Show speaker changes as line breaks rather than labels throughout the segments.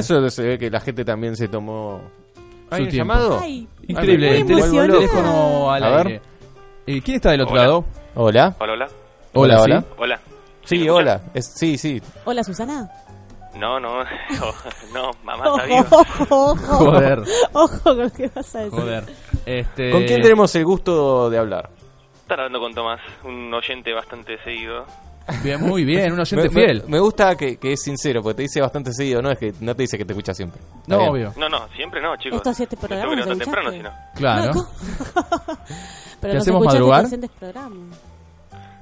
Eso se ve que la gente también se tomó
Su
su
tiempo.
llamado.
Ay,
Increíble,
Muy
el teléfono, el
emocionada.
teléfono al
A ver.
aire. Eh, ¿Quién está del otro
Hola.
lado?
Hola.
Hola, hola.
Hola,
Hola,
hola.
sí.
Hola.
Sí, hola. Es- sí, sí.
hola Susana.
No, no, no, mamá está viva.
Ojo, ojo, ojo,
Joder,
ojo con lo que vas a decir.
joder. Este,
¿Con quién tenemos el gusto de hablar?
Estar hablando con Tomás, un oyente bastante seguido.
Bien, muy bien, un
Me,
oyente
me-
fiel.
me gusta que, que es sincero, porque te dice bastante seguido, no es que no te dice que te escucha siempre. Está
No,
bien.
obvio.
No, no, siempre no, chicos.
Estos siete
Me tengo
programas
que levantar
nos
temprano, si
escuchaste.
no.
Claro.
No, ¿cómo? Pero nos
hacemos
escuchaste
madrugar?
recientes programas.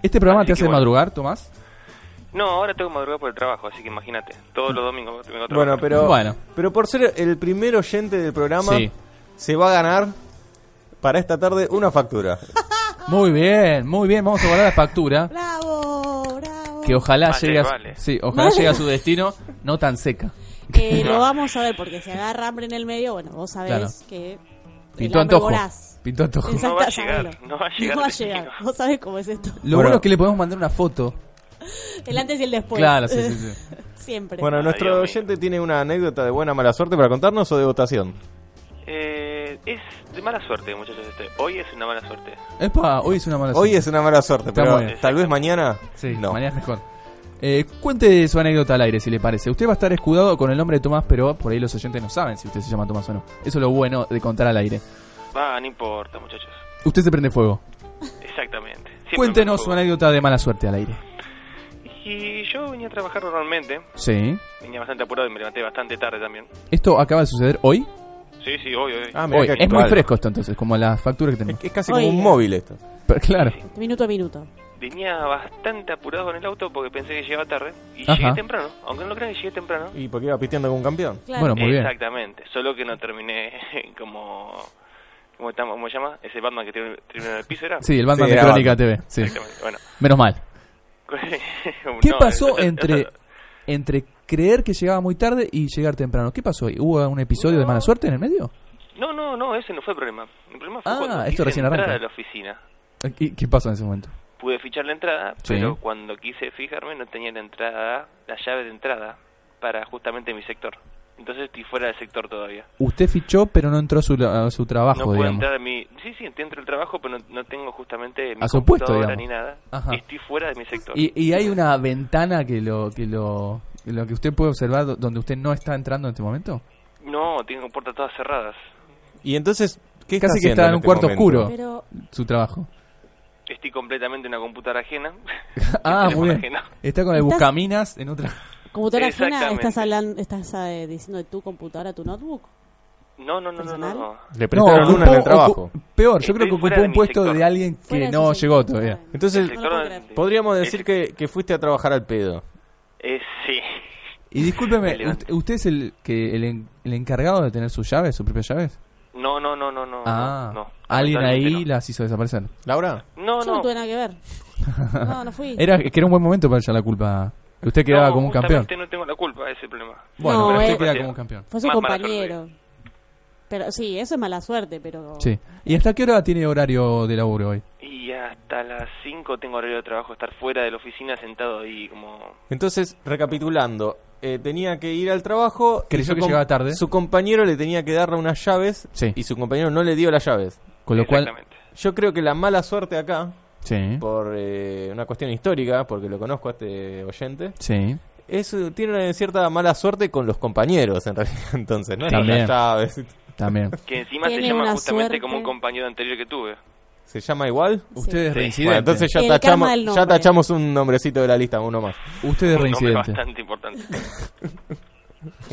¿Este
Ah,
programa
Así
te
que
hace
bueno.
madrugar, Tomás?
No, ahora tengo que madrugar por el trabajo, así que imagínate. Todos los domingos tengo que
Bueno,
trabajar.
pero,
Bueno.
pero por ser el primer oyente del programa,
Sí.
se va a ganar para esta tarde una factura.
Muy bien, muy bien. Vamos a guardar la factura.
Bravo, bravo.
Que ojalá
Vale,
llegue a, su-
vale.
sí, ojalá
Vale.
llegue a su destino no tan seca.
Eh,
No.
lo vamos a ver porque si agarra hambre en el medio, bueno, vos sabés
Claro.
que el
Pintó
hambre
antojo.
voraz.
Pintó antojo.
Exacto,
No va a llegar,
sabelo.
no va a llegar,
No va a
te
llegar.
digo.
Vos sabés cómo es esto.
Lo
Bueno.
bueno es que le podemos mandar una foto.
El antes y el después.
Claro, sí, sí, sí.
Siempre.
Bueno,
Ay,
nuestro
Dios mío.
oyente tiene una anécdota de buena mala suerte para contarnos o de votación.
Eh, es de mala suerte, muchachos. Este. Hoy es una mala suerte.
Epa, hoy es una mala
Hoy es una mala suerte,
Está
pero
muy bien.
tal vez mañana.
Sí,
no.
mañana es mejor. Eh, cuente su anécdota al aire, si le parece. Usted va a estar escudado con el nombre de Tomás, pero por ahí los oyentes no saben si usted se llama Tomás o no. Eso es lo bueno de contar al aire.
Ah, no importa, muchachos.
Usted se prende fuego.
Exactamente. Siempre
Cuéntenos su
me juego.
anécdota de mala suerte al aire.
Y yo venía a trabajar normalmente.
Sí.
Venía bastante apurado y me levanté bastante tarde también.
¿Esto acaba de suceder hoy.
Sí, sí, hoy, hoy.
Ah, mirá
hoy.
qué
Es muy
actual.
fresco esto entonces, como la factura que
Es,
tenemos.
que es casi
Oiga.
como un móvil esto.
Pero claro.
Minuto a minuto.
Venía bastante apurado en el auto porque pensé que llegaba tarde. Y
Ajá.
llegué temprano. Aunque no lo crean, llegué temprano.
Y porque iba pisteando con un campeón.
Claro.
Bueno, muy bien.
Exactamente, solo que no terminé como... ¿Cómo, estamos- cómo se llama? Ese Batman que terminó terminó en el piso, ¿era?
Sí, el Batman
Sí,
de
era
Crónica TV. Sí.
Exactamente, bueno.
Menos mal. ¿Qué
No, eh,
pasó
eso-
entre,
eso-
entre creer que llegaba muy tarde y llegar temprano? ¿Qué pasó? ahí? ¿Hubo un episodio de mala suerte en el medio?
No, no, no, ese no fue el problema. El problema fue
Ah,
cuando
esto
quise
recién
entrar
arranca.
a la oficina.
¿Y ¿Qué pasó en ese momento?
Pude fichar la entrada,
Sí.
pero cuando quise fijarme no tenía la entrada, la llave de entrada para justamente mi sector. Entonces estoy fuera del sector todavía.
Usted fichó, pero no entró a su, a su
no
trabajo,
puedo
digamos.
entrar a mi... Sí, sí, entro al trabajo, pero no, no tengo justamente mi
A su puesto,
computadora
digamos.
ni nada.
Ajá.
Estoy fuera de mi sector.
Y, y hay una ventana que lo que lo, lo que usted puede observar do- donde usted no está entrando en este momento.
No, tengo puertas todas cerradas.
Y entonces, ¿qué
Casi que
haciendo
está en un
este
cuarto
momento?
oscuro
Pero
su trabajo.
Estoy completamente en una computadora ajena.
ah, muy bien.
ajeno.
Está con el
Estás-
buscaminas en otra.
computadora ajena,
Exactamente.
estás hablando, estás eh, diciendo de tu computadora, tu notebook.
No, no, no, no, no.
¿Personal?
no.
Le prestaron
ocupó-
una en el trabajo.
ocu- Peor, yo creo que
Estoy fuera
ocupó
de
un
mi
puesto
sector.
de alguien
Fuera
que
de
no
su
llegó
sector.
todavía.
Entonces,
El
No lo puedo creer.
podríamos decir que, que fuiste a trabajar al pedo.
Eh, sí.
Y
Me
discúlpeme,
levanto.
¿usted, usted es el que el, en- el encargado de tener sus llaves, sus propias llaves?
No, no, no, no, no.
ah,
no, no.
alguien ahí
Lamentablemente
las hizo desaparecer.
¿Laura?
No,
Yo no,
no.
tuve nada que ver. No, no fui.
Era es que era un buen momento para echar la culpa. Usted quedaba
No,
como un campeón.
justamente no tengo la culpa, ese es el problema.
Bueno,
No,
pero usted
eh.
queda como un campeón.
Fue su
Más mala
compañero. Pero sí, eso es mala suerte, pero
Sí. ¿Y hasta qué hora tiene horario de laburo hoy?
Y hasta las 5 tengo horario de trabajo, estar fuera de la oficina sentado ahí como...
Entonces, recapitulando, eh, tenía que ir al trabajo. y
Creyó
su
que
com-
llegaba tarde.
Su compañero le tenía que darle unas llaves
Sí.
y su compañero no le dio las llaves.
Con lo cual.
Exactamente.
Yo creo que la mala suerte acá,
Sí.
por eh, una cuestión histórica, porque lo conozco a este oyente,
Sí.
es, eh, tiene una cierta mala suerte con los compañeros, en realidad. Entonces, no es con
También.
las llaves.
También.
Que encima se
Tiene
llama
una
justamente
suerte.
como un compañero anterior que tuve.
¿Se llama igual?
Usted es
Sí.
reincidente.
Bueno, entonces ya
El
tachamos,
karma del
ya
nombre.
tachamos un nombrecito de la lista, uno más.
Usted es
Un nombre
reincidente.
bastante importante.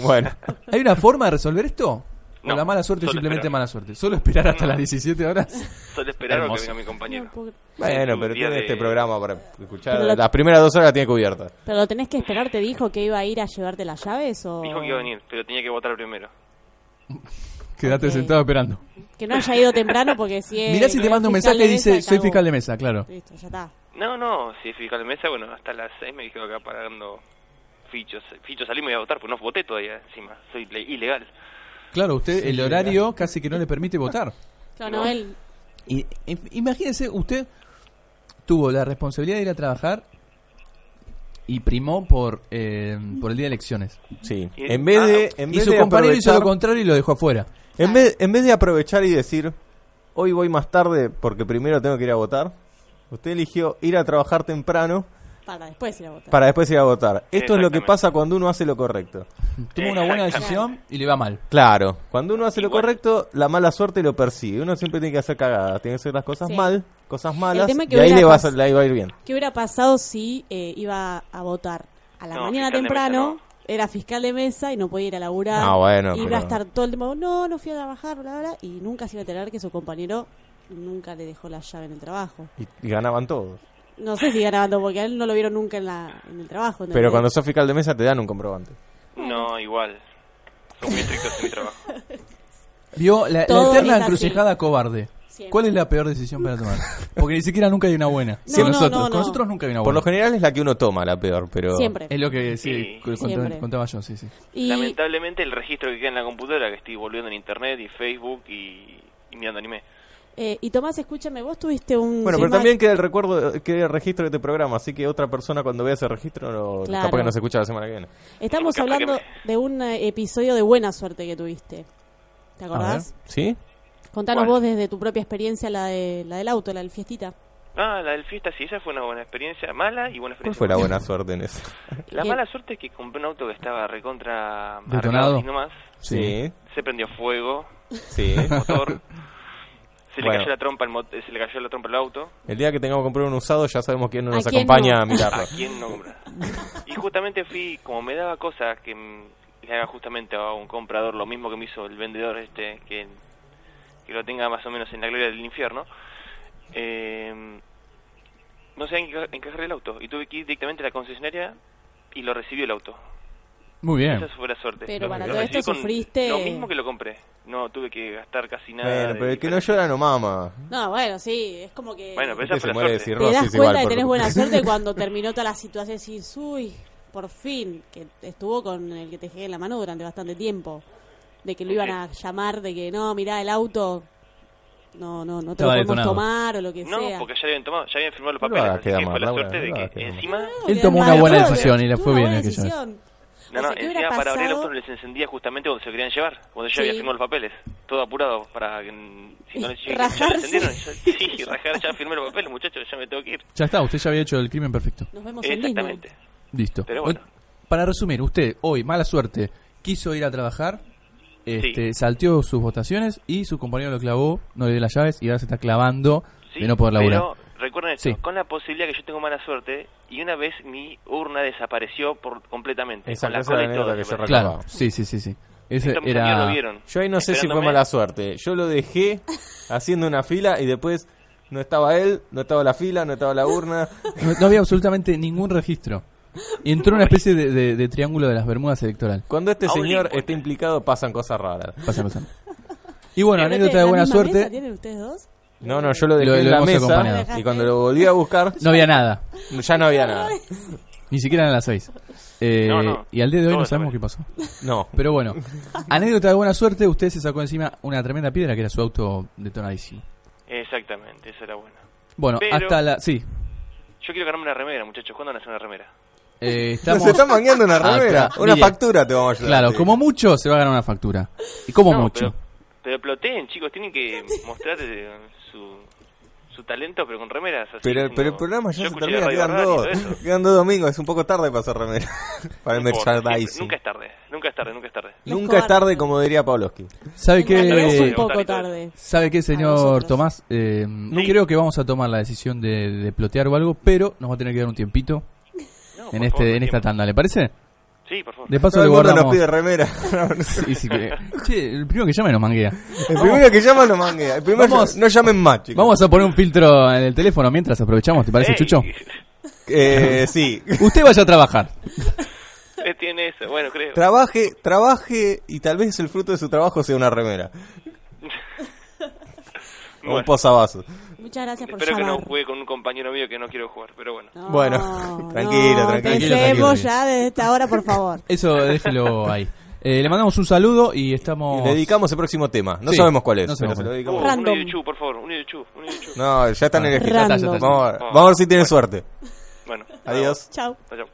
Bueno,
¿Hay una forma de resolver esto?
No,
o la mala suerte es
solo
simplemente
esperar.
mala suerte. Solo esperar hasta las 17 horas.
Solo esperar a que
Hermoso.
venga mi compañero.
No, porque-
bueno,
un
pero
día
tiene
de-
este programa para escuchar.
Pero lo-
Las primeras dos horas tiene cubierta.
pero lo tenés que esperar, te dijo que iba a ir a llevarte las llaves o
Dijo que iba a venir, pero tenía que votar primero.
Quédate
Ok.
sentado esperando.
Que no haya ido temprano porque si es
Mirá si te manda un mensaje
fiscal de
que dice:
mesa,
Soy
cagó".
fiscal Eh, de mesa, claro.
Listo, ya está.
No, no, si es fiscal de mesa, bueno, hasta las 6 me dijeron acá pagando fichos. Fichos salí, me voy a votar, pues no voté todavía encima. Soy le- ilegal.
Claro, usted el horario casi que no le permite votar.
Claro, no, él
Y, im- imagínese, usted tuvo la responsabilidad de ir a trabajar y primó por, eh, por el día de elecciones.
Sí.
Y-
En vez
ah,
de, en
y
vez
su
de
compañero hizo lo
aprovechar-
contrario y lo dejó afuera.
En vez, en vez de aprovechar y decir, hoy voy más tarde porque primero tengo que ir a votar, usted eligió ir a trabajar temprano
Para después ir a votar.
para después ir a votar. Esto es lo que
Exactamente.
pasa cuando uno hace lo correcto.
Tuvo una buena
Exactamente.
decisión y le va mal.
Claro, cuando uno hace lo
Igual.
correcto, la mala suerte lo persigue. Uno siempre tiene que hacer cagadas, tiene que hacer las cosas
Sí.
mal, cosas malas,
tema es que
y ahí
hubiera
le va, a,
pas-
sal- le va a ir bien.
¿Qué hubiera pasado si eh, iba a votar a la
No,
mañana
fiscal de
temprano?
mesa
Era fiscal de mesa y no podía ir a laburar.
Ah, bueno,
y
pero-
iba a estar todo el tiempo, no, no fui a trabajar, bla, bla, bla, y nunca se iba a enterar que su compañero nunca le dejó la llave en el trabajo.
Y, y ganaban todos.
No sé si ganando, porque a él no lo vieron nunca en, la, en el trabajo. ¿entendés?
Pero cuando sos fiscal de mesa te dan un comprobante.
No, igual. Son muy estrictos en mi trabajo.
Vio la, la
Todo
eterna
es así.
encrucijada cobarde.
Siempre.
¿Cuál es la peor decisión para tomar? Porque ni siquiera nunca hay una buena.
No,
con
no,
nosotros,
no,
con
no.
nosotros nunca hay una
Por
buena.
lo general es la que uno toma, la peor, pero...
Siempre.
es lo que sí,
Sí.
cu- contaba-
Siempre.
contaba yo, sí, sí.
Y
Lamentablemente el registro que queda en la computadora, que estoy volviendo en internet y Facebook y, y mirando anime.
Eh, y Tomás, escúchame, vos tuviste un.
Bueno,
soy
pero
mal-
también queda el recuerdo, queda el registro de este programa, así que otra persona cuando vea ese registro no,
Claro.
capaz que nos escucha la semana que viene.
Estamos
Capaz que
hablando de un eh, episodio de buena suerte que tuviste. ¿Te acordás?
¿Sí?
Contanos
¿Cuál?
vos desde tu propia experiencia la, de, la del auto, la del fiestita.
Ah, la del fiesta sí, esa fue una buena experiencia. Mala y buena
¿Cuál
experiencia.
fue la buena suerte en eso?
La mala suerte es que compré un auto que estaba recontra...
Detonado.
arreglado y nomás.
Sí,
Se prendió fuego,
sí.
motor. Se le,
Bueno.
cayó la trompa al mot- eh, se le cayó la trompa al auto.
El día que tengamos que comprar un usado ya sabemos quién no
¿A
nos
quién
acompaña
no?
a mirarlo.
¿A quién no comprar? Y justamente fui, como me daba cosas que mm, le haga justamente a un comprador lo mismo que me hizo el vendedor este, que, que lo tenga más o menos en la gloria del infierno, eh, no sé encajar el auto. Y tuve que ir directamente a la concesionaria y lo recibió el auto.
Muy bien.
Esa fue la suerte.
Pero
Lo-
para
lo
todo
recibí
esto
con
sufriste-
Lo mismo que lo compré. No tuve que gastar casi nada.
Bueno,
de
pero el que no
diferencia.
llora no mama.
No, bueno, sí, es como que.
Bueno, pero
Este
esa
se
fue la
muere de
suerte.
cirrosis
te das
igual,
cuenta que
por
tenés
supuesto.
buena suerte cuando terminó toda la situación. Decís, uy, por fin, que estuvo con el que te dejé en la mano durante bastante tiempo. De que lo iban a llamar, de que no, mirá, el auto. No, no, no te lo
Estaba
podemos
detonado.
tomar o lo que
No,
sea.
porque ya habían tomado, ya habían firmado los
No lo hagas
papeles. así
quedar
que
mal,
fue la
Laura,
suerte de
no lo hagas
que
quedar mal.
encima
Él tomó una buena
Tuvo-
decisión y le
tuvo
fue
una
bien
buena
aquella vez.
decisión.
No,
O
no,
sea, ¿qué
encima
hubiera
para abrir el
pasado?
auto les encendía justamente cuando se lo querían llevar, cuando yo
Sí.
había firmado los papeles, todo apurado para que mm, si no les
Y
ya lo
rajarse.
encendieron, ya- sí, rajar, ya firmé los papeles, muchachos, ya me tengo que ir.
Ya está, usted ya había hecho el crimen perfecto.
Nos vemos en Disney.
Exactamente.
Listo.
Pero bueno.
Hoy- para resumir, usted hoy, mala suerte, quiso ir a trabajar, este, salteó sus votaciones y su compañero lo clavó, no le dio las llaves y ahora se está clavando
Sí,
de no poder laburar.
pero recuerden esto,
Sí.
con la posibilidad que yo tengo mala suerte y una vez mi urna desapareció por completamente,
Esa
con la
cosa
cola
de
y
anécdota
todo.
que yo
desapareció.
Claro,
Reclamado.
sí, sí, sí, sí. Ese
Esto mis amigos
era...
lo vieron.
Yo ahí no sé si fue
Esperándome.
mala suerte. Yo lo dejé haciendo una fila y después no estaba él, no estaba la fila, no estaba la urna.
No, no había absolutamente ningún registro. Y entró una especie de, de- de triángulo de las Bermudas electoral.
Cuando este
A un
señor
delincuente.
está implicado pasan cosas raras.
Pasa, pasa. Y bueno,
¿La
anécdota de
la
buena
misma mesa
suerte,
tienen ustedes dos?
No, no, yo lo dejé
Lo- lo
en la
hemos
mesa
acompañado.
y cuando lo volví a buscar
no había nada.
ya no había nada.
Ni siquiera eran las seis. Eh,
No, no.
Y al día de hoy
Todo
no
está
sabemos qué
bien.
pasó.
No.
Pero bueno, anécdota de buena suerte, usted se sacó encima una tremenda piedra que era su auto detonadísimo.
Exactamente, esa era buena.
Bueno,
Pero-
hasta la... Sí,
Yo quiero ganarme una remera, muchachos, ¿cuándo van a hacer una remera?
eh,
Nos
estamos...
está mangueando una
Ah,
remera.
claro.
Una
Mire.
factura te vamos a ayudar.
Claro,
Sí.
como mucho se va a ganar una factura. Y como
No,
mucho.
Pero, pero ploteen, chicos, tienen que mostrar eh, su, su talento, pero con remeras. así
Pero,
como-
pero el programa
Yo
ya se
escuché
termina,
Radio
quedan
Barral y todo
dos.
eso.
Quedan dos domingos, es un poco tarde para hacer remera. Para el
No importa,
merchandising.
siempre- Nunca es tarde, nunca es tarde, nunca es tarde.
Nunca es tarde, como diría Pavlovsky.
¿Sabe
En realidad Es un
qué,
Nosotros-
poco tarde.
¿Sabe qué, señor
nosotros.
Tomás? Eh, no
Sí.
creo que vamos a tomar la decisión de, de plotear o algo, pero nos va a tener que dar un tiempito
No, por
en, este,
favor,
en esta
siempre.
tanda, ¿le parece?
Sí, por favor.
De
Todo
paso
el
le
mundo nos
guardamos...
pide remera.
Sí, sí que- Che, el primero que llame nos manguea.
el primero que llama lo manguea. El primero
Vamos.
no llamen más, chicos.
Vamos a poner un filtro en el teléfono mientras aprovechamos, ¿te parece,
Ey,
Chucho?
Eh, sí.
Usted vaya a trabajar.
¿qué eh, tiene eso? Bueno, creo.
Trabaje, trabaje y tal vez el fruto de su trabajo sea una remera. O un
Bueno,
posavasos.
Muchas gracias por
espero que no
llamar.
juegue con un compañero mío que no quiero jugar, pero bueno.
No,
Bueno, tranquilo, tranquilo, tranquilo,
Empecemos
tranquilo.
ya desde esta hora, por favor.
Eso déjelo ahí. Eh, le mandamos un saludo y
Y
estamos...
le dedicamos el próximo tema. No
Sí,
sabemos cuál es.
no
pero
sabemos
se lo
cuál
Oh,
dedicamos.
Random.
un Yuchu, por favor, un Yuchu, un Yuchu.
No, ya están
Ah,
en el
ya está, ya está, ya está.
Vamos a ver, vamos a ver si tiene suerte.
Bueno,
Adiós.
Chao.
Chao, chao.